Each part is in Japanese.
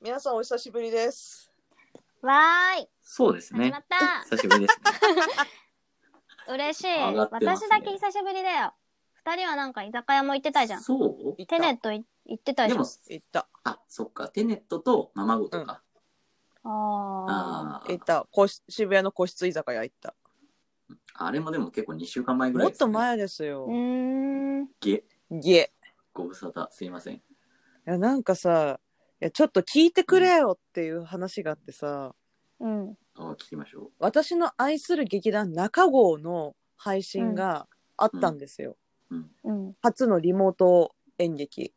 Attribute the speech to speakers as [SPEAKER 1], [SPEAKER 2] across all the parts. [SPEAKER 1] 皆さんお久しぶりです。
[SPEAKER 2] わーい
[SPEAKER 3] そうです
[SPEAKER 2] 始
[SPEAKER 3] ね
[SPEAKER 2] まっ。た
[SPEAKER 3] 久しぶりですね。
[SPEAKER 2] 嬉しい、
[SPEAKER 3] 上がってますね
[SPEAKER 2] 私だけ久しぶりだよ二人はなんか居酒屋も行ってたじゃん
[SPEAKER 3] そう
[SPEAKER 1] 行った
[SPEAKER 2] テネットい行ってたで
[SPEAKER 3] で
[SPEAKER 2] しょ
[SPEAKER 3] も、
[SPEAKER 1] 行った。
[SPEAKER 3] あ、そっか。テネットとママゴとか。
[SPEAKER 2] あ
[SPEAKER 3] あ
[SPEAKER 1] 行っ
[SPEAKER 3] ー
[SPEAKER 1] た。個室渋谷の個室居酒屋行った。
[SPEAKER 3] あれもでも結構2週間前ぐら
[SPEAKER 1] も
[SPEAKER 3] い
[SPEAKER 1] っ
[SPEAKER 3] です
[SPEAKER 1] と
[SPEAKER 3] ね、
[SPEAKER 1] 前です
[SPEAKER 2] ー
[SPEAKER 1] よ
[SPEAKER 2] う。ーん
[SPEAKER 3] げ
[SPEAKER 1] げえ。
[SPEAKER 3] ご無沙汰。すいません。
[SPEAKER 1] いや、なんかさ、いや、ちょっと聞いてくれよっていう話があってさ、
[SPEAKER 2] うん
[SPEAKER 3] あ聞きましょ
[SPEAKER 1] 私の愛する劇団中郷の配信があったんですよ。
[SPEAKER 2] うん
[SPEAKER 1] 初のリモート演劇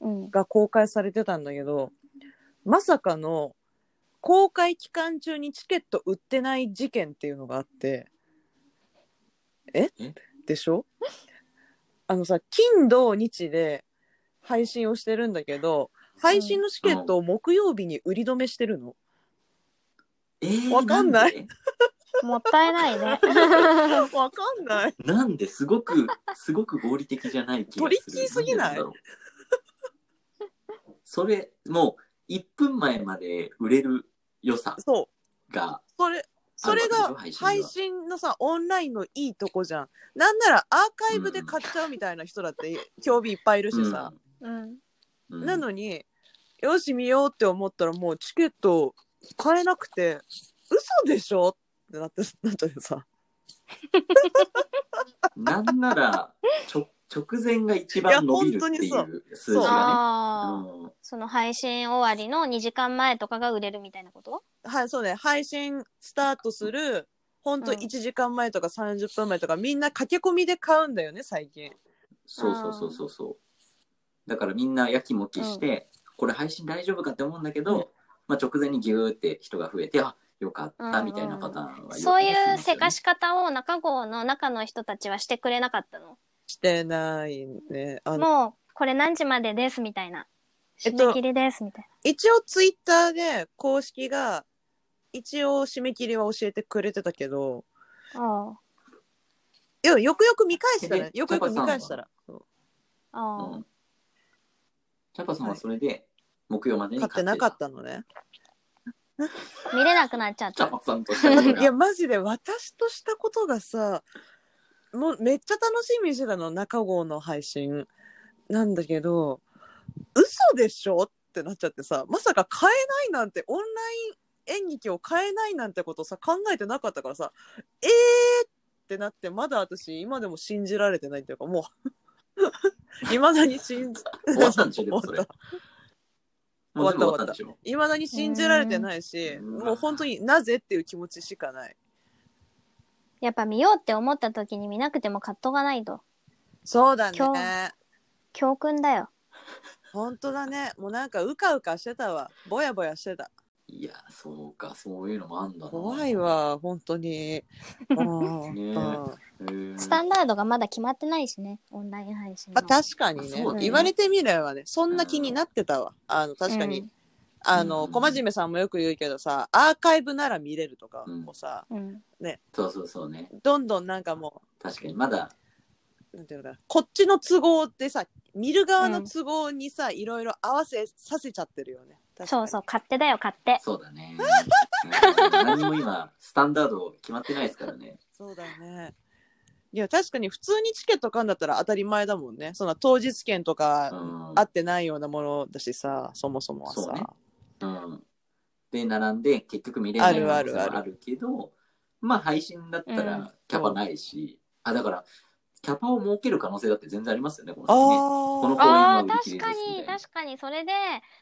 [SPEAKER 2] うん
[SPEAKER 1] が公開されてたんだけど、まさかの公開期間中にチケット売ってない事件っていうのがあって、え
[SPEAKER 3] え
[SPEAKER 1] でしょあのさ、金土日で配信をしてるんだけど、配信のチケットを木曜日に売り止めしてるの。
[SPEAKER 3] う。えー、
[SPEAKER 1] わかんない
[SPEAKER 3] なんで
[SPEAKER 2] もったいない ね
[SPEAKER 1] わかんない。
[SPEAKER 3] なんですごく、すごく合理的じゃない気がする。
[SPEAKER 1] トリッキーすぎない
[SPEAKER 3] んでんだろうそれ、もう、1分前まで売れる良さ
[SPEAKER 1] そう。
[SPEAKER 3] が、
[SPEAKER 1] それ、それが
[SPEAKER 3] 配信が
[SPEAKER 1] 配信のさ、オンラインのいいとこじゃん。なんならアーカイブで買っちゃうみたいな人だって、興味いっぱいいるしさ。
[SPEAKER 2] うん
[SPEAKER 3] うん
[SPEAKER 1] なのに、よし見ようって思ったらもうチケット買えなくて、嘘でしょってなって、 なっちゃってさ。
[SPEAKER 3] なんなら、ちょ直前が一番伸びるって
[SPEAKER 1] い
[SPEAKER 3] い
[SPEAKER 1] や本
[SPEAKER 3] う数字がね。
[SPEAKER 2] ああ、
[SPEAKER 3] うん
[SPEAKER 2] その配信終わりの2時間前とかが売れるみたいなこと
[SPEAKER 1] はい、そうね。配信スタートする、ほんと
[SPEAKER 2] うん
[SPEAKER 1] 1時間前とか30分前とか、みんな駆け込みで買うんだよね、最近。
[SPEAKER 3] そうそうそうそうそう。だからみんなやきもきして、これ配信大丈夫かって思うんだけど、
[SPEAKER 1] うん
[SPEAKER 3] まあ、直前にギューって人が増えて、あよかったみたいなパターンはよく
[SPEAKER 2] そうい
[SPEAKER 3] 出て
[SPEAKER 2] う
[SPEAKER 3] ますよ
[SPEAKER 2] せ
[SPEAKER 3] ね
[SPEAKER 2] かし方を中郷の中の人たちはしてくれなかったの
[SPEAKER 1] してないね。あの
[SPEAKER 2] もうこれ何時までですみたいな
[SPEAKER 1] えっ
[SPEAKER 2] 締
[SPEAKER 1] と
[SPEAKER 2] め切りですみたい
[SPEAKER 1] 一応ツイッターで公式が一応締め切りは教えてくれてたけど
[SPEAKER 2] な、あ
[SPEAKER 1] いやよくよく見返したら
[SPEAKER 3] え
[SPEAKER 1] よくよく見返したらそう
[SPEAKER 2] あああ
[SPEAKER 3] うんチャパさんはそれで木曜までに
[SPEAKER 1] 買って
[SPEAKER 3] た
[SPEAKER 1] なかったのね
[SPEAKER 2] 見れなくなっちゃっ
[SPEAKER 3] チャ
[SPEAKER 2] た
[SPEAKER 3] パさんとしたこと
[SPEAKER 1] いや
[SPEAKER 3] が
[SPEAKER 1] マジで私としたことがさもうめっちゃ楽しみにしてたの中郷の配信なんだけど嘘でしょってなっちゃってさまさか買えないなんてオンライン演劇を買えないなんてことさ考えてなかったからさえーってなってまだ私今でも信じられてないっていうかもういまだに信じ
[SPEAKER 3] 終わったんでしょでもそれ。
[SPEAKER 1] 終わ
[SPEAKER 3] も
[SPEAKER 1] っ
[SPEAKER 3] う全部終わったんでしょ
[SPEAKER 1] いまだに信じられてないし
[SPEAKER 3] うん
[SPEAKER 1] もう本当になぜっていう気持ちしかない
[SPEAKER 2] やっぱ見ようって思った時に見なくても葛藤がないと
[SPEAKER 1] そうだ
[SPEAKER 2] 今
[SPEAKER 1] ね
[SPEAKER 2] 教訓だよ
[SPEAKER 1] 本当だねもうなんかうかうかしてたわぼやぼやしてた
[SPEAKER 3] いや、そうか、そういうのもあんだな。
[SPEAKER 1] 怖いわ本当にうん
[SPEAKER 3] ねえ
[SPEAKER 1] うん
[SPEAKER 3] へー。
[SPEAKER 2] スタンダードがまだ決まってないしねオンライン配信の
[SPEAKER 1] あ確かにね
[SPEAKER 3] そう
[SPEAKER 2] ね
[SPEAKER 1] 言われてみればねそんな気になってたわあの確かに、あの
[SPEAKER 3] うん
[SPEAKER 1] 小真面目さんもよく言うけどさアーカイブなら見れるとかもさ、
[SPEAKER 2] うん、うん
[SPEAKER 3] そうそうそうね。
[SPEAKER 1] どんどんなんかも
[SPEAKER 3] 確かに、まだ、
[SPEAKER 1] うなんていうのかなこっちの都合でさ見る側の都合にさ、いろいろ合わせさせちゃってるよね確かに
[SPEAKER 2] そうそう勝手だよ勝手
[SPEAKER 3] そうだ ね。うん何も今、スタンダード決まってないですからね。
[SPEAKER 1] そうだね。いや、確かに普通にチケット買うんだったら当たり前だもんね。そんな当日券と
[SPEAKER 3] う
[SPEAKER 1] か
[SPEAKER 3] ん
[SPEAKER 1] 合ってないようなものだしさ、そもそもはさ。
[SPEAKER 3] そうねうん、で、並んで、結局見れない
[SPEAKER 1] あるあるある
[SPEAKER 3] 可能性もあるけど、まあ、配信だっ
[SPEAKER 2] う
[SPEAKER 3] た
[SPEAKER 2] ん
[SPEAKER 3] らキャパないし、あ、だから、キャパを設ける可能性だって全然ありますよね、この
[SPEAKER 1] あ
[SPEAKER 3] 先ねこ
[SPEAKER 1] ー
[SPEAKER 3] の公演
[SPEAKER 2] あ
[SPEAKER 3] は
[SPEAKER 2] あ
[SPEAKER 3] 売り切
[SPEAKER 2] 確
[SPEAKER 3] れ
[SPEAKER 2] か
[SPEAKER 3] ですみ
[SPEAKER 2] に
[SPEAKER 3] たいな
[SPEAKER 2] 確かにそれで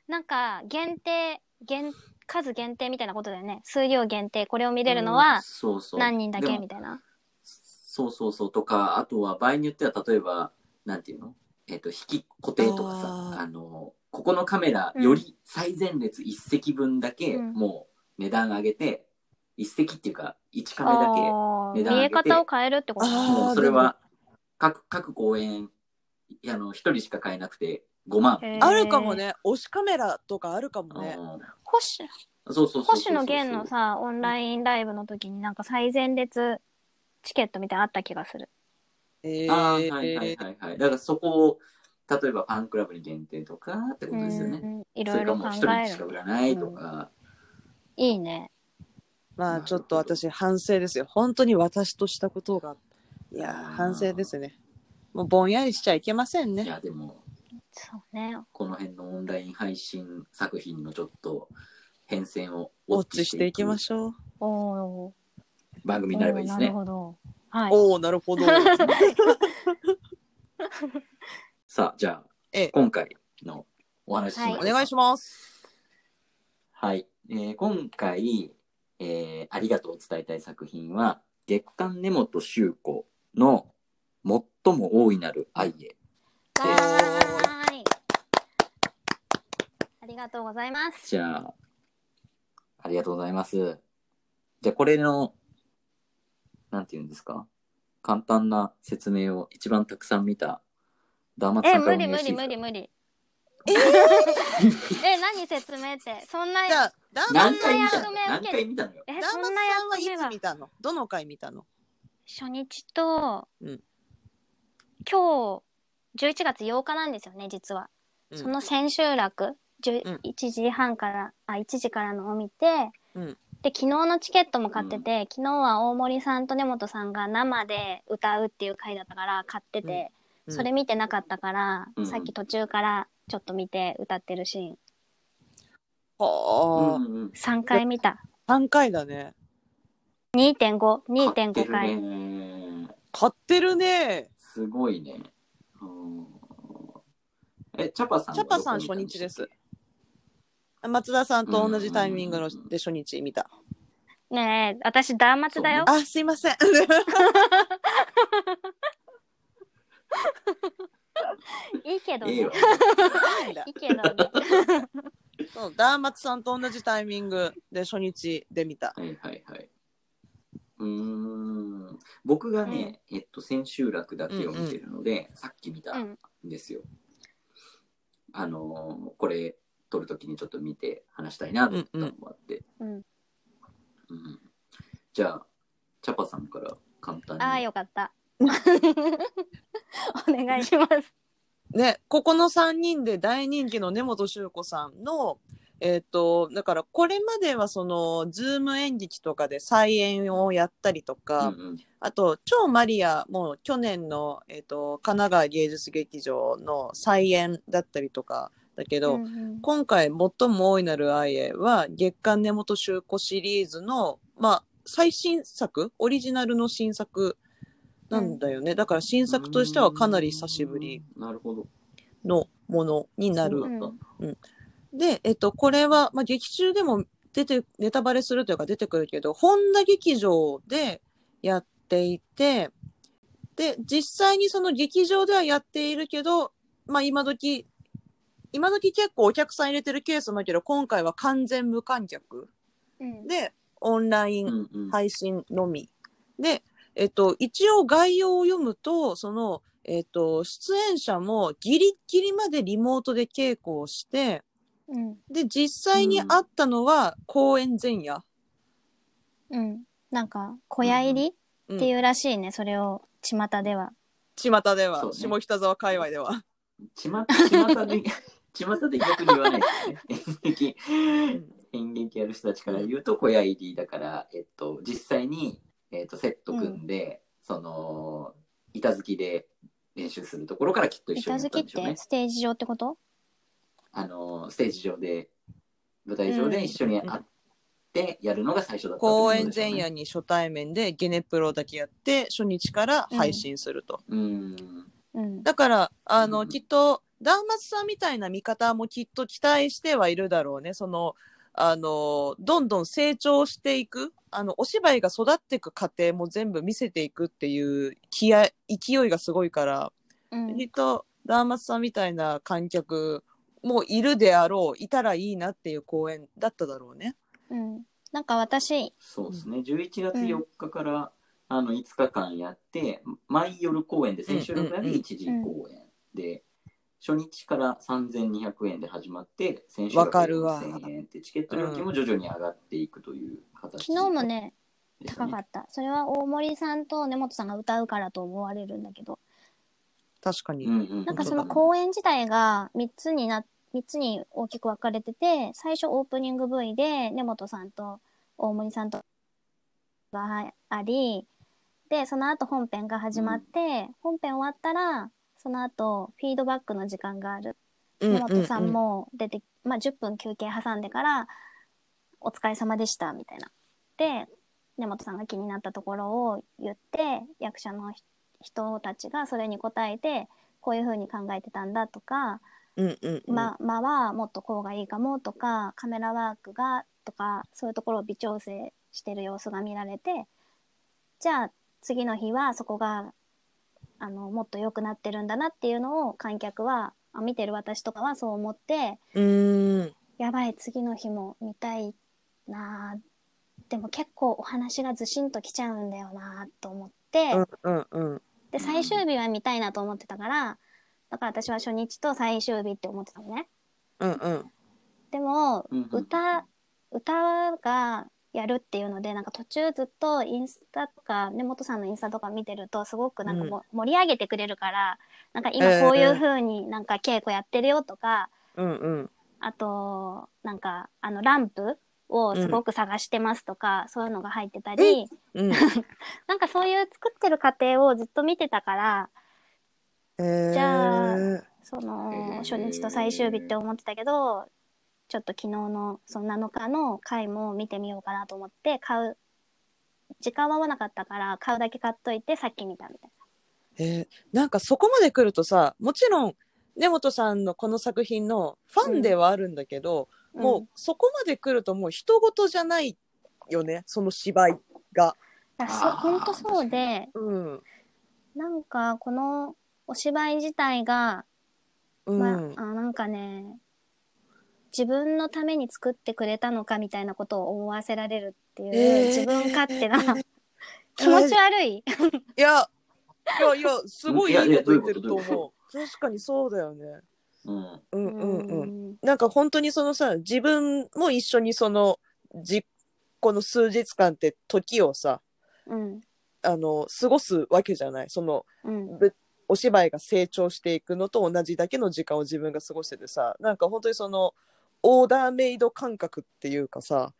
[SPEAKER 2] なんか限定限数限定みたいなことだよね数量限定これを見れるのは
[SPEAKER 3] そうそう。
[SPEAKER 2] 何人だ
[SPEAKER 3] で
[SPEAKER 2] け
[SPEAKER 3] も
[SPEAKER 2] みたいな
[SPEAKER 3] そうそうそうとか、あとは場合によっては、例えば、なんていうのえっ、と、引き固定とか
[SPEAKER 1] あ
[SPEAKER 3] さ、
[SPEAKER 1] ー
[SPEAKER 3] あの、ここのカメラ
[SPEAKER 2] うん
[SPEAKER 3] より最前列1席分だけ、
[SPEAKER 2] うん
[SPEAKER 3] もう値段上げて、1席っていうか、1カメだけ、
[SPEAKER 2] あ
[SPEAKER 3] 値
[SPEAKER 2] ー
[SPEAKER 3] 段上
[SPEAKER 2] 見
[SPEAKER 3] げ
[SPEAKER 2] え
[SPEAKER 3] て
[SPEAKER 2] 方を変えるってこと
[SPEAKER 1] あー
[SPEAKER 3] もうそれは各各公演いあの1人しか買えなくて5万。
[SPEAKER 2] へー
[SPEAKER 1] あるかもね。推しカメラとかあるかもね。
[SPEAKER 2] 星
[SPEAKER 3] うんそうそうそうそうそう
[SPEAKER 2] 星野源のさオンラインライブの時になんか最前列チケットみたいなのあった気がする
[SPEAKER 1] えー
[SPEAKER 3] あーはいはいはいはいだからそこを例えばファンクラブに限定とかってことですよね。
[SPEAKER 2] うんい
[SPEAKER 3] そ
[SPEAKER 2] ろ
[SPEAKER 3] れ
[SPEAKER 2] い
[SPEAKER 3] か
[SPEAKER 2] ろ
[SPEAKER 3] も
[SPEAKER 2] 考
[SPEAKER 3] う一人
[SPEAKER 2] え
[SPEAKER 3] にしか
[SPEAKER 2] る。
[SPEAKER 3] 売らないとか、
[SPEAKER 2] いいね。
[SPEAKER 1] ま
[SPEAKER 3] な
[SPEAKER 1] あ
[SPEAKER 3] るほど
[SPEAKER 1] ちょっと私反省ですよ。本当に私としたことが。いやー、
[SPEAKER 3] あー
[SPEAKER 1] 反省ですね。もうぼんやりしちゃいけません
[SPEAKER 3] い
[SPEAKER 1] ね。
[SPEAKER 3] やでも
[SPEAKER 2] そうね。
[SPEAKER 3] この辺のオンライン配信作品のちょっと変遷を
[SPEAKER 1] ウォッチしていきましょう。
[SPEAKER 2] おお
[SPEAKER 3] ょう番組
[SPEAKER 2] ー。
[SPEAKER 3] になればいいです
[SPEAKER 2] なる
[SPEAKER 3] ね。
[SPEAKER 2] ほど。はい。
[SPEAKER 1] おおなるほど。
[SPEAKER 3] さあじゃあ、
[SPEAKER 1] ええ
[SPEAKER 3] 今回のお話ししましょう
[SPEAKER 1] お
[SPEAKER 3] か
[SPEAKER 1] 願いします。
[SPEAKER 3] はい、えー今回、えーありがとうを伝えたい作品は月刊根本周子の最も大いなる愛へ
[SPEAKER 2] はーい。ありがとうございます。
[SPEAKER 3] じゃあ、ありがとうございます。じゃあ、これの、なんて言うんですか簡単な説明を一番たくさん見た、ダーマツ
[SPEAKER 2] え、
[SPEAKER 3] さん
[SPEAKER 2] 無
[SPEAKER 3] からお
[SPEAKER 2] 理
[SPEAKER 3] 願い
[SPEAKER 2] 無
[SPEAKER 3] して
[SPEAKER 2] 理
[SPEAKER 3] いい
[SPEAKER 2] 無理
[SPEAKER 3] ですか
[SPEAKER 2] 無理。
[SPEAKER 1] えー
[SPEAKER 2] え、何説明って。そんな、
[SPEAKER 1] じゃあ、ダーマさん
[SPEAKER 3] 何回見たの
[SPEAKER 2] そんな役目
[SPEAKER 3] 何回見たのよ。
[SPEAKER 2] え、
[SPEAKER 1] ダー
[SPEAKER 2] そ
[SPEAKER 1] マさ
[SPEAKER 2] んなん
[SPEAKER 1] はい
[SPEAKER 2] 役目
[SPEAKER 1] つ
[SPEAKER 2] は
[SPEAKER 1] 見たのどの回見たの
[SPEAKER 2] 初日と、
[SPEAKER 1] うん
[SPEAKER 2] 今日、11月8日なんですよね、実は。
[SPEAKER 1] うん
[SPEAKER 2] その千秋楽、11時半から、あ、1時からのを見て、
[SPEAKER 1] うん
[SPEAKER 2] で、昨日のチケットも買ってて、昨日は大森さんと根本さんが生で歌うっていう回だったから買ってて、
[SPEAKER 1] うん
[SPEAKER 2] それ見てなかったから、
[SPEAKER 3] うん
[SPEAKER 2] さっき途中からちょっと見て歌ってるシーン、
[SPEAKER 1] はあ、
[SPEAKER 3] うんうん
[SPEAKER 2] 3回見た。
[SPEAKER 1] 3回だね。
[SPEAKER 2] 2.5、
[SPEAKER 3] 買って
[SPEAKER 2] 2.5
[SPEAKER 3] る
[SPEAKER 2] 回。
[SPEAKER 3] ね
[SPEAKER 1] 買ってるね。
[SPEAKER 3] すごいね。うんえ、チャパさんは
[SPEAKER 1] チャパさん
[SPEAKER 3] どこにいたでしたっけ。
[SPEAKER 1] 松田さんと同じタイミングので初日見た。
[SPEAKER 2] ねえ、私、ダーマツだよ。
[SPEAKER 1] あ、すいません。
[SPEAKER 2] いいけど
[SPEAKER 3] ええ
[SPEAKER 2] ね
[SPEAKER 3] よ。。
[SPEAKER 1] ないんだ
[SPEAKER 2] いいけどね。
[SPEAKER 1] そう、ダーマツさんと同じタイミングで初日で見た。
[SPEAKER 3] はいはいはい。うーん。僕がね、えっと、千秋楽だけを見てるので、さっき見た
[SPEAKER 2] うんん。
[SPEAKER 3] ですよ。あのーこれ、撮るときにちょっと見て話したいなと思ったのもあって。
[SPEAKER 2] うん。
[SPEAKER 3] うんじゃあ、チャパさんから簡単に。
[SPEAKER 2] ああ、よかった。 お願いします。
[SPEAKER 1] ね、ここの3人で大人気の根本修子さんの、えっ、と、だからこれまではその、ズーム演劇とかで再演をやったりとか、
[SPEAKER 3] うんうん
[SPEAKER 1] あと、超マリアも去年の、えっ、と、神奈川芸術劇場の再演だったりとか、だけど、
[SPEAKER 2] うんうん
[SPEAKER 1] 今回最も大いなる愛へは月刊根本修子シリーズの、まあ、最新作オリジナルの新作なんだよね、だから新作としてはかなり久しぶり。
[SPEAKER 3] なるほど。
[SPEAKER 1] のものになる
[SPEAKER 3] そうだったんだ
[SPEAKER 1] で、えっと、これは、まあ、劇中でも出て、ネタバレするというか出てくるけど、本田劇場でやっていて、で、実際にその劇場ではやっているけど、まあ、今時、今時結構お客さん入れてるケースもあるけど、今回は完全無観客
[SPEAKER 2] うん
[SPEAKER 1] で、オンライン
[SPEAKER 3] うんうん
[SPEAKER 1] 配信のみ。で、えっと、一応概要を読むと、その、えっと、出演者もギリッギリまでリモートで稽古をして、
[SPEAKER 2] うん
[SPEAKER 1] で、実際に会ったのは公演前夜。
[SPEAKER 2] うんなんか小屋入り
[SPEAKER 1] うん
[SPEAKER 2] っていうらしいね、それを巷では。
[SPEAKER 1] 巷では、
[SPEAKER 3] そうね
[SPEAKER 1] 下北沢界隈では。
[SPEAKER 3] ちま、ちまたで、 ちまたで逆に言わないですよね。演 劇、演劇やる人たちから言うと、小屋入りだから、えっと、実際に、えっと、セット組んで、その、板付きで練習するところからきっと一緒
[SPEAKER 2] 板
[SPEAKER 3] になった
[SPEAKER 2] 付き
[SPEAKER 3] んで
[SPEAKER 2] っ
[SPEAKER 3] しょうね
[SPEAKER 2] て。ステージ上ってこと
[SPEAKER 3] あの、ステージ上で、舞台上で一緒に会ってやるのが最初だったってこと
[SPEAKER 1] 公
[SPEAKER 3] でしょう
[SPEAKER 1] 演
[SPEAKER 3] ね
[SPEAKER 1] 前夜に初対面でゲネプロだけやって、初日から配信すると。
[SPEAKER 3] うん。
[SPEAKER 2] うん。
[SPEAKER 1] だから、あの、
[SPEAKER 3] うん
[SPEAKER 1] きっと、ダンマツさんみたいな見方もきっと期待してはいるだろうね。その、あの、どんどん成長していく、あの、お芝居が育っていく過程も全部見せていくっていう気合、勢いがすごいから、
[SPEAKER 2] うん
[SPEAKER 1] きっとダーマツさんみたいな観客もいるであろういたらいいなっていう公演だっただろうね。
[SPEAKER 2] うんなんか私、
[SPEAKER 3] そうですね。11月4日から、あの、5日間やって、毎夜公演で、先週のやで1時公演で、初日から3200円で始まって、先週
[SPEAKER 1] わかるわ
[SPEAKER 3] 4000円って、チケット料金も徐々に上がっていくという形、
[SPEAKER 2] 昨日も、ね、
[SPEAKER 3] です
[SPEAKER 2] 高か
[SPEAKER 3] ね
[SPEAKER 2] った。それは大森さんと根本さんが歌うからと思われるんだけど、
[SPEAKER 1] 確かに。
[SPEAKER 3] うんうん
[SPEAKER 2] なんかそ
[SPEAKER 1] そうだ
[SPEAKER 2] の
[SPEAKER 1] ね
[SPEAKER 2] 公演自体が3つにな、三つに大きく分かれてて、最初オープニング V で根本さんと大森さんとがあり、で、その後本編が始まって、本編終わったら、その後フィードバックの時間がある。
[SPEAKER 1] う
[SPEAKER 2] 根本さん。も出て、まあ10分休憩挟んでから、お疲れ様でした、みたいな。で、根本さんが気になったところを言って、役者の人たちがそれに答えて、こういうふうに考えてたんだとか、
[SPEAKER 1] うんうんうん。
[SPEAKER 2] ま、間はもっとこうがいいかもとか、カメラワークがとか、そういうところを微調整してる様子が見られて、じゃあ次の日はそこが、あの、もっと良くなってるんだなっていうのを観客は、あ見てる私とかはそう思って、
[SPEAKER 1] うーん。
[SPEAKER 2] やばい、次の日も見たいなあでも結構お話がずしんときちゃうんだよなあと思って、
[SPEAKER 1] うんうんうん。
[SPEAKER 2] で、
[SPEAKER 3] うん
[SPEAKER 2] 最終日は見たいなと思ってたから、だから私は初日と最終日って思ってたのね。
[SPEAKER 1] うんうん。
[SPEAKER 2] でも、
[SPEAKER 3] うんうん
[SPEAKER 2] 歌、歌がやるっていうので、なんか途中ずっとインスタとか、根本さんのインスタとか見てると、すごくなんかも、盛り上げてくれるから、なんか今こういう風になんか稽古やってるよとか、
[SPEAKER 1] うんうん。
[SPEAKER 2] あと、なんか、あの、ランプをすごく探してますとか、そういうのが入ってたり、
[SPEAKER 1] うん。
[SPEAKER 2] なんかそういう作ってる過程をずっと見てたから、
[SPEAKER 1] えー
[SPEAKER 2] じゃあ
[SPEAKER 1] うん
[SPEAKER 2] その、
[SPEAKER 3] へー
[SPEAKER 2] 初日と最終日って思ってたけど、ちょっと昨日の、その7日の回も見てみようかなと思って、買う、時間は合わなかったから、買うだけ買っといて、さっき見たみたい
[SPEAKER 1] えーなんかそこまで来るとさ、もちろん根本さんのこの作品のファンではあるんだけど、
[SPEAKER 2] な。
[SPEAKER 1] も
[SPEAKER 2] うん
[SPEAKER 1] うそこまで来るともう人事じゃないよね、その芝居が。
[SPEAKER 2] だからそ、ほんとそうで、
[SPEAKER 1] うん。
[SPEAKER 2] なんか、このお芝居自体が、
[SPEAKER 1] うん。
[SPEAKER 2] まあ、あなんかね自分のために作ってくれたのかみたいなことを思わせられるっていう、
[SPEAKER 1] えー
[SPEAKER 2] 自分勝手な 気持ち悪い、
[SPEAKER 1] いや、いやいや、すごいい
[SPEAKER 3] いやい
[SPEAKER 1] い
[SPEAKER 3] や
[SPEAKER 1] こと言ってると
[SPEAKER 3] どういうことどう
[SPEAKER 1] 思う。確かにそうだよね。
[SPEAKER 3] うん
[SPEAKER 1] うんうんうん。
[SPEAKER 2] うん
[SPEAKER 1] なんか本当にそのさ、自分も一緒にその、じ、この数日間って時をさ、
[SPEAKER 2] うん
[SPEAKER 1] あの、過ごすわけじゃない。その、
[SPEAKER 2] うん
[SPEAKER 1] ぶお芝居が成長していくのと同じだけの時間を自分が過ごしててさ、なんか本当にその、オーダーメイド感覚っていうかさ、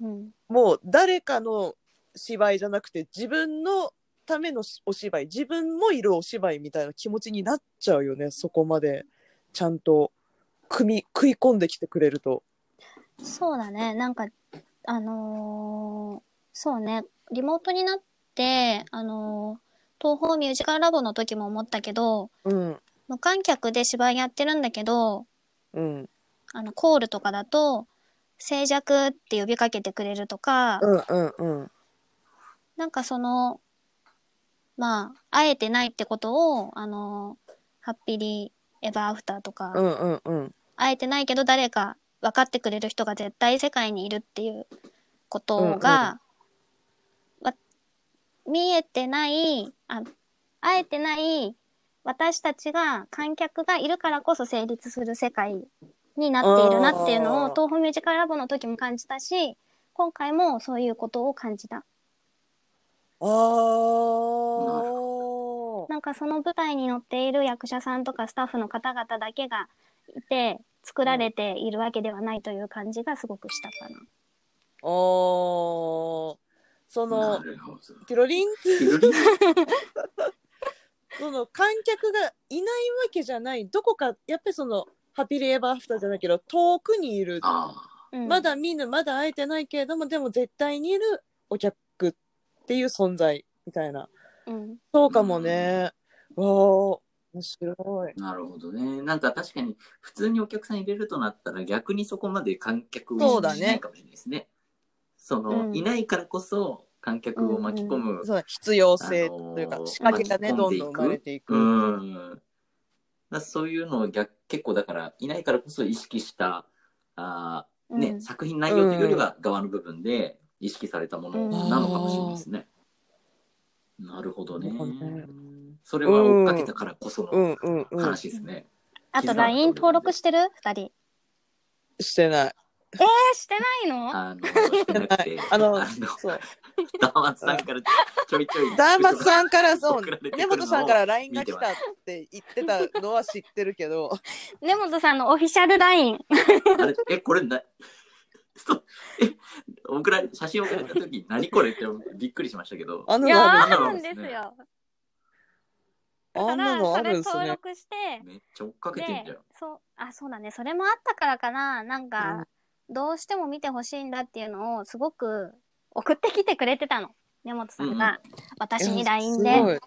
[SPEAKER 2] うん
[SPEAKER 1] もう誰かの芝居じゃなくて自分のためのしお芝居自分もいるお芝居みたいな気持ちになっちゃうよねそこまでちゃんと組み食い込んできてくれると。
[SPEAKER 2] そうだねなんかあのーそうねリモートになってあのー東宝ミュージカルラボの時も思ったけど
[SPEAKER 1] うん
[SPEAKER 2] 無観客で芝居やってるんだけど
[SPEAKER 1] うん
[SPEAKER 2] あのコールとかだと静寂って呼びかけてくれるとか、
[SPEAKER 1] うんうんうん
[SPEAKER 2] なんかその、まあ、会えてないってことを、あの、ハッピリエバーアフターとか、
[SPEAKER 1] うんうんうん
[SPEAKER 2] 会えてないけど誰か分かってくれる人が絶対世界にいるっていうことが、わ見えてない、あ、会えてない私たちが、観客がいるからこそ成立する世界になっているなっていうのを、
[SPEAKER 1] あー
[SPEAKER 2] 東方ミュージカルラボの時も感じたし、今回もそういうことを感じた。
[SPEAKER 1] あー
[SPEAKER 2] なんかその舞台に乗っている役者さんとかスタッフの方々だけがいて作られているわけではないという感じがすごくしたかな。
[SPEAKER 1] あーそ
[SPEAKER 3] な
[SPEAKER 1] の
[SPEAKER 3] るほど
[SPEAKER 1] ティロリン
[SPEAKER 3] ピロリン
[SPEAKER 1] その観客がいないわけじゃないどこかやっぱりそのハピリエバーアフターじゃないけど遠くにいる
[SPEAKER 3] あ
[SPEAKER 2] うん、
[SPEAKER 1] まだ見ぬ、まだ会えてないけれども、でも絶対にいるお客っていう存在みたいな。
[SPEAKER 2] うん、
[SPEAKER 1] そうかもね。わあ、面白い。
[SPEAKER 3] あなるほどねなんか確かに普通にお客さん入れるとなったら逆にそこまで観客を意識しないかもしれないですねその、
[SPEAKER 2] うん
[SPEAKER 3] いないからこそ観客を巻き込む、
[SPEAKER 1] そう必要性という
[SPEAKER 3] あ
[SPEAKER 1] か、
[SPEAKER 3] のー
[SPEAKER 1] 仕掛けがね、
[SPEAKER 3] 巻き
[SPEAKER 1] ど
[SPEAKER 3] 込ん
[SPEAKER 1] ん
[SPEAKER 3] でいく
[SPEAKER 1] どん生まれていく。
[SPEAKER 3] うん。だそういうのを逆結構だから、いないからこそ意識した、あーね、
[SPEAKER 2] うん
[SPEAKER 3] 作品内容というよりは側の部分で意識されたものなのかもしれないですね。なるほどね
[SPEAKER 1] うん。
[SPEAKER 3] それは追っかけたからこそうの
[SPEAKER 1] んうんうん。
[SPEAKER 3] 話ですね。
[SPEAKER 2] あと
[SPEAKER 3] 刻んだ
[SPEAKER 2] LINE 登録してる二人。
[SPEAKER 1] してない。、
[SPEAKER 2] えー、してないの
[SPEAKER 3] あの、してなくて
[SPEAKER 1] あの
[SPEAKER 3] あの、
[SPEAKER 1] そう。
[SPEAKER 3] ダーマツさんからちょいちょい。
[SPEAKER 1] ダーマスさんから、そう、
[SPEAKER 3] 送られてくる
[SPEAKER 1] 根
[SPEAKER 3] のを
[SPEAKER 1] 本さんから LINE が来たって言ってたのは知ってるけど、
[SPEAKER 2] 根本さんのオフィシャルライン。
[SPEAKER 3] あれえ、これな、そうえ、送られ、写真送られた時、何これってびっくりしましたけど、
[SPEAKER 1] あん
[SPEAKER 2] い
[SPEAKER 1] な
[SPEAKER 2] や、
[SPEAKER 1] のあ
[SPEAKER 2] あ
[SPEAKER 1] るの
[SPEAKER 3] る
[SPEAKER 2] る
[SPEAKER 3] ん
[SPEAKER 2] ん
[SPEAKER 3] で
[SPEAKER 2] ですす
[SPEAKER 3] ね
[SPEAKER 2] よ。
[SPEAKER 1] あんなのあるんです
[SPEAKER 2] そ
[SPEAKER 1] ね。
[SPEAKER 2] れ登録して、
[SPEAKER 3] めっちゃ追っかけてんじゃ
[SPEAKER 2] で
[SPEAKER 3] ん。、
[SPEAKER 2] そう、あ、そうだね。それもあったからかな。なんか、どうしても見てほしいんだっていうのを、すごく送ってきてくれてたの。根本さんが、私に LINE
[SPEAKER 1] いやす
[SPEAKER 2] で。
[SPEAKER 1] ごい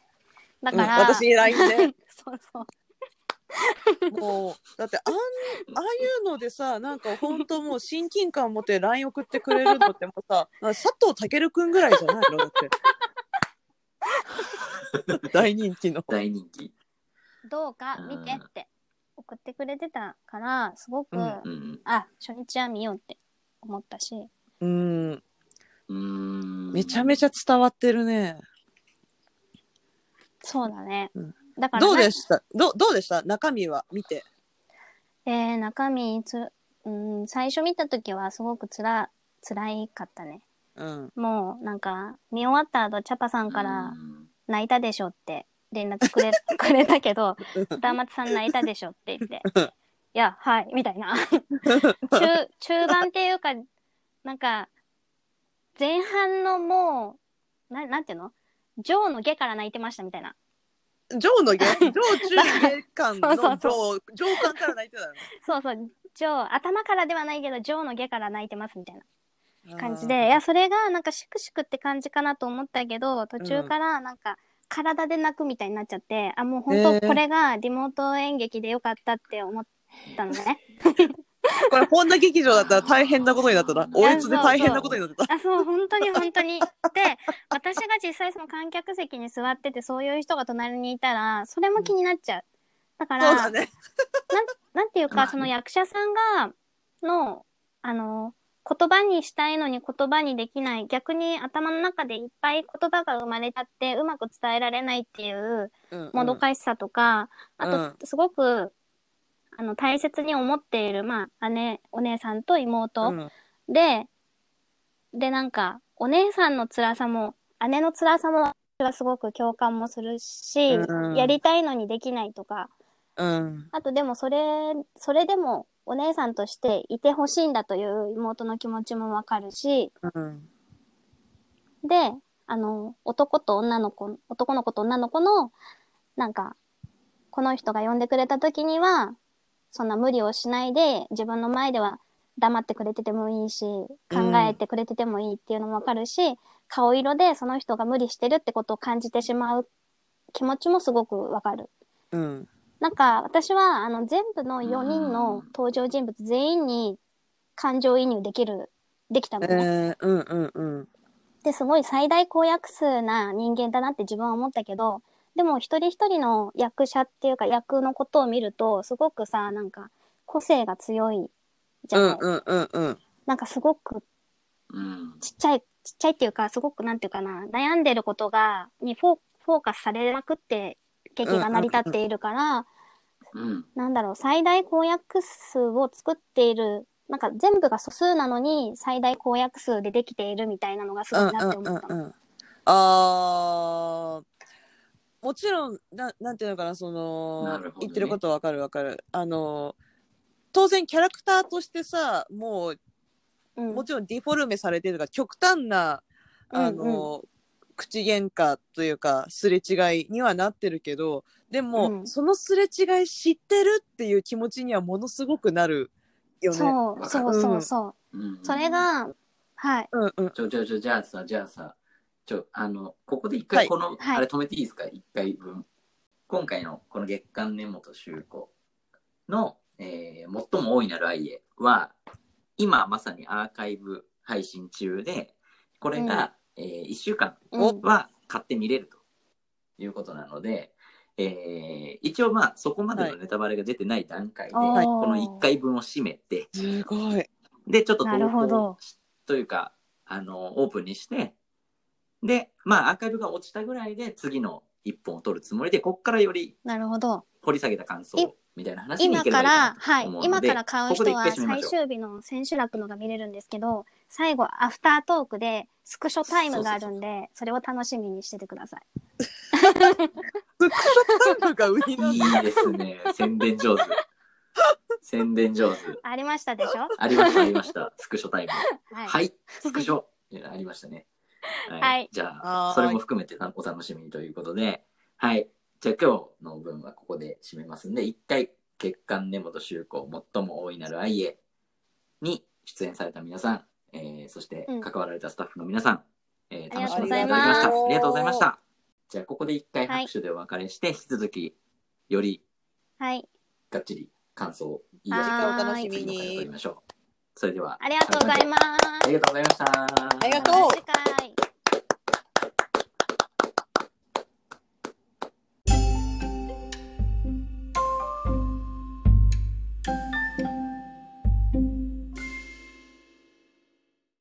[SPEAKER 2] だ
[SPEAKER 1] うん
[SPEAKER 2] から、
[SPEAKER 1] 私に LINE で。
[SPEAKER 2] そうそう。
[SPEAKER 1] もう、だってあん、ああいうのでさ、なんか本当もう親近感持って LINE 送ってくれるのってもうさ、佐藤健くんぐらいじゃないのだって。大人気の。
[SPEAKER 3] 大人気。
[SPEAKER 2] どうか見てって送ってくれてたから、すごく、
[SPEAKER 1] うん
[SPEAKER 3] うん。
[SPEAKER 2] あ、初日は見ようって思ったし。
[SPEAKER 1] うん。
[SPEAKER 3] うーん。
[SPEAKER 1] めちゃめ
[SPEAKER 3] ち
[SPEAKER 1] ちゃ伝わってるね。
[SPEAKER 2] そうだね。
[SPEAKER 1] うん
[SPEAKER 2] だからな、
[SPEAKER 1] どうでしたどどうでした中身は見て。
[SPEAKER 2] えー中身つ、うん、最初見た時はすごくつら、辛いかったね。
[SPEAKER 1] うん。
[SPEAKER 2] もう、なんか、見終わった後、チャパさ
[SPEAKER 3] ゃ
[SPEAKER 2] んから、泣いたでしょって連絡 くれ、くれたけど、ダーマツさん泣いたでしょって言 って、いや、はい、みたいな。中、中盤っていうか、なんか、前半のもう、ななんていうのジョーの下から泣いてましたみたいな。
[SPEAKER 1] ジョーの ゲ、ジョー中下間のジ
[SPEAKER 2] そうそう
[SPEAKER 1] ョー、ジョー間から泣いてた
[SPEAKER 2] そうそう、ジョー、頭からではないけど、ジョーの下から泣いてますみたいな。
[SPEAKER 1] の。
[SPEAKER 2] 感じで、いや、それがなんかシクシクって感じかなと思ったけど、途中からなんか体で泣くみたいになっちゃって、あ、もう
[SPEAKER 1] へ
[SPEAKER 2] 本
[SPEAKER 1] ー
[SPEAKER 2] 当これがリモート演劇でよかったって思ったのね。
[SPEAKER 1] うん。これ、本田劇場だったら大変なことになってた。おえつで大変なことになってた。
[SPEAKER 2] あ、そう、本当に本当に。で、私が実際その観客席に座ってて、そういう人が隣にいたら、それも気になっちゃう。だから、
[SPEAKER 1] そうだね。
[SPEAKER 2] なんていう
[SPEAKER 3] ま
[SPEAKER 2] か、
[SPEAKER 3] あね
[SPEAKER 2] その役者さんが、の、あの、言葉にしたいのに言葉にできない、逆に頭の中でいっぱい言葉が生まれちゃって、うまく伝えられないっていう、もどかしさとか、
[SPEAKER 1] うん
[SPEAKER 2] あと、すごく、あの、大切に思っている、まあ、姉、お姉さんと妹、
[SPEAKER 1] うん
[SPEAKER 2] で、で、なんか、お姉さんの辛さも、姉の辛さも、私はすごく共感もするし、
[SPEAKER 1] うん
[SPEAKER 2] やりたいのにできないとか、
[SPEAKER 1] うん。
[SPEAKER 2] あとでもそれ、それでもお姉さんとしていてほしいんだという妹の気持ちもわかるし、
[SPEAKER 1] うん。
[SPEAKER 2] で、あの、男と女の子、男の子と女の子の、なんか、この人が呼んでくれた時には、そんな無理をしないで、自分の前では黙ってくれててもいいし、考えてくれててもいいっていうのもわかるし、顔色でその人が無理してるってことを感じてしまう気持ちもすごくわかる。
[SPEAKER 1] うん。
[SPEAKER 2] なんか私はあの全部の4人の登場人物全員に感情移入できるできた
[SPEAKER 1] え
[SPEAKER 2] のね。
[SPEAKER 1] ー、うんうんうん。
[SPEAKER 2] ですごい最大公約数な人間だなって自分は思ったけどでも一人一人の役者っていうか役のことを見るとすごくさなんか個性が強いじゃ
[SPEAKER 1] う
[SPEAKER 2] ない、
[SPEAKER 1] んうんうんうん。
[SPEAKER 2] なんかすごく
[SPEAKER 3] うん。
[SPEAKER 2] ちっちゃいちっちゃいっていうかすごくなんていうかな悩んでることがにフォーフォーカスされまくって劇が成り立っているから。
[SPEAKER 3] うん。
[SPEAKER 2] なんだろう、最大公約数を作っている、なんか全部が素数なのに最大公約数でできているみたいなのがす
[SPEAKER 1] う
[SPEAKER 2] ご
[SPEAKER 1] ん
[SPEAKER 2] いなって
[SPEAKER 1] う
[SPEAKER 2] 思
[SPEAKER 1] ん
[SPEAKER 2] った
[SPEAKER 1] う
[SPEAKER 2] の。
[SPEAKER 1] んうん。あーもちろんな、なんていうのかな、その
[SPEAKER 3] なるほどね
[SPEAKER 1] 言ってることわかるわかる。あの当然キャラクターとしてさ、もう
[SPEAKER 2] うん
[SPEAKER 1] もちろんディフォルメされてるとか極端なあの、口喧嘩というかすれ違いにはなってるけどでも、
[SPEAKER 2] うん
[SPEAKER 1] そのすれ違い知ってるっていう気持ちにはものすごくなるよね。
[SPEAKER 2] そう、そうそうそう。
[SPEAKER 3] うん
[SPEAKER 2] それ、が、はい。
[SPEAKER 1] うんうん、
[SPEAKER 3] ちょ、ちょ、ちょ、じゃあさ、じゃあさ、ちょ、あの、ここで一
[SPEAKER 1] は
[SPEAKER 3] 回
[SPEAKER 1] い
[SPEAKER 3] この、
[SPEAKER 2] はい
[SPEAKER 3] あれ止めていいですか一回分。今回のこの月刊根本修子の、えー最も大いなる愛へは、今まさにアーカイブ配信中で、これが、え1週間
[SPEAKER 2] うん
[SPEAKER 3] は買って見れるということなので、えー一応まあそこまでのネタバレが出てない段階で、
[SPEAKER 2] はい
[SPEAKER 3] この1回分を締めて、
[SPEAKER 1] すごい。
[SPEAKER 3] で、ちょっと
[SPEAKER 2] なる
[SPEAKER 3] 投
[SPEAKER 2] ほど
[SPEAKER 3] 稿しというか、あの、オープンにして、で、まあ、アーカイブが落ちたぐらいで、次の一本を取るつもりで、こっからより
[SPEAKER 2] なるほど。
[SPEAKER 3] 掘り下げた感想
[SPEAKER 2] い
[SPEAKER 3] みたいな話に
[SPEAKER 2] 今
[SPEAKER 3] 行けれ
[SPEAKER 2] か
[SPEAKER 3] ばいい
[SPEAKER 2] ら、
[SPEAKER 3] な
[SPEAKER 2] はい
[SPEAKER 3] 思、うの
[SPEAKER 2] 今
[SPEAKER 3] で
[SPEAKER 2] から買う
[SPEAKER 3] ここ
[SPEAKER 2] 人
[SPEAKER 3] で一
[SPEAKER 2] は
[SPEAKER 3] 回閉めましょ
[SPEAKER 2] 最
[SPEAKER 3] う
[SPEAKER 2] 終日の千秋楽のが見れるんですけど、最後、アフタートークでスクショタイムがあるんで、それを楽しみにしててください。
[SPEAKER 1] スクショタイムが売り なんだ
[SPEAKER 3] いいですね。宣伝上手。宣伝上手。
[SPEAKER 2] ありましたでしょ
[SPEAKER 3] ありました、ありました。スクショタイム。
[SPEAKER 2] はい。
[SPEAKER 3] はい、スクショ。いやありましたね。はい。
[SPEAKER 2] はい
[SPEAKER 3] じゃ
[SPEAKER 1] はー
[SPEAKER 3] あ
[SPEAKER 1] い、
[SPEAKER 3] それも含めてなお楽しみにということで、はい。じゃあ今日の分はここで締めますんで、一回、月刊根本修子、最も大いなる愛へに出演された皆さん、えーそして
[SPEAKER 2] うん
[SPEAKER 3] 関わられたスタッフの皆さん、えー
[SPEAKER 2] ありが
[SPEAKER 3] 楽し
[SPEAKER 2] とう
[SPEAKER 3] み
[SPEAKER 2] ご
[SPEAKER 3] に
[SPEAKER 2] ざい
[SPEAKER 3] いただき
[SPEAKER 2] ます
[SPEAKER 3] ました。ありがとうございました。じゃあここで一回拍手でお別れして、引き続き、より
[SPEAKER 2] はい。
[SPEAKER 3] がっちり感想を言い合い
[SPEAKER 1] 次
[SPEAKER 3] た
[SPEAKER 1] 回
[SPEAKER 3] い
[SPEAKER 1] お楽しみ
[SPEAKER 3] 次の回を取り
[SPEAKER 1] に。
[SPEAKER 3] ましょう。それでは、
[SPEAKER 2] ありがとうございます
[SPEAKER 3] あ。りがとうございました。
[SPEAKER 1] ありがとう
[SPEAKER 2] また次回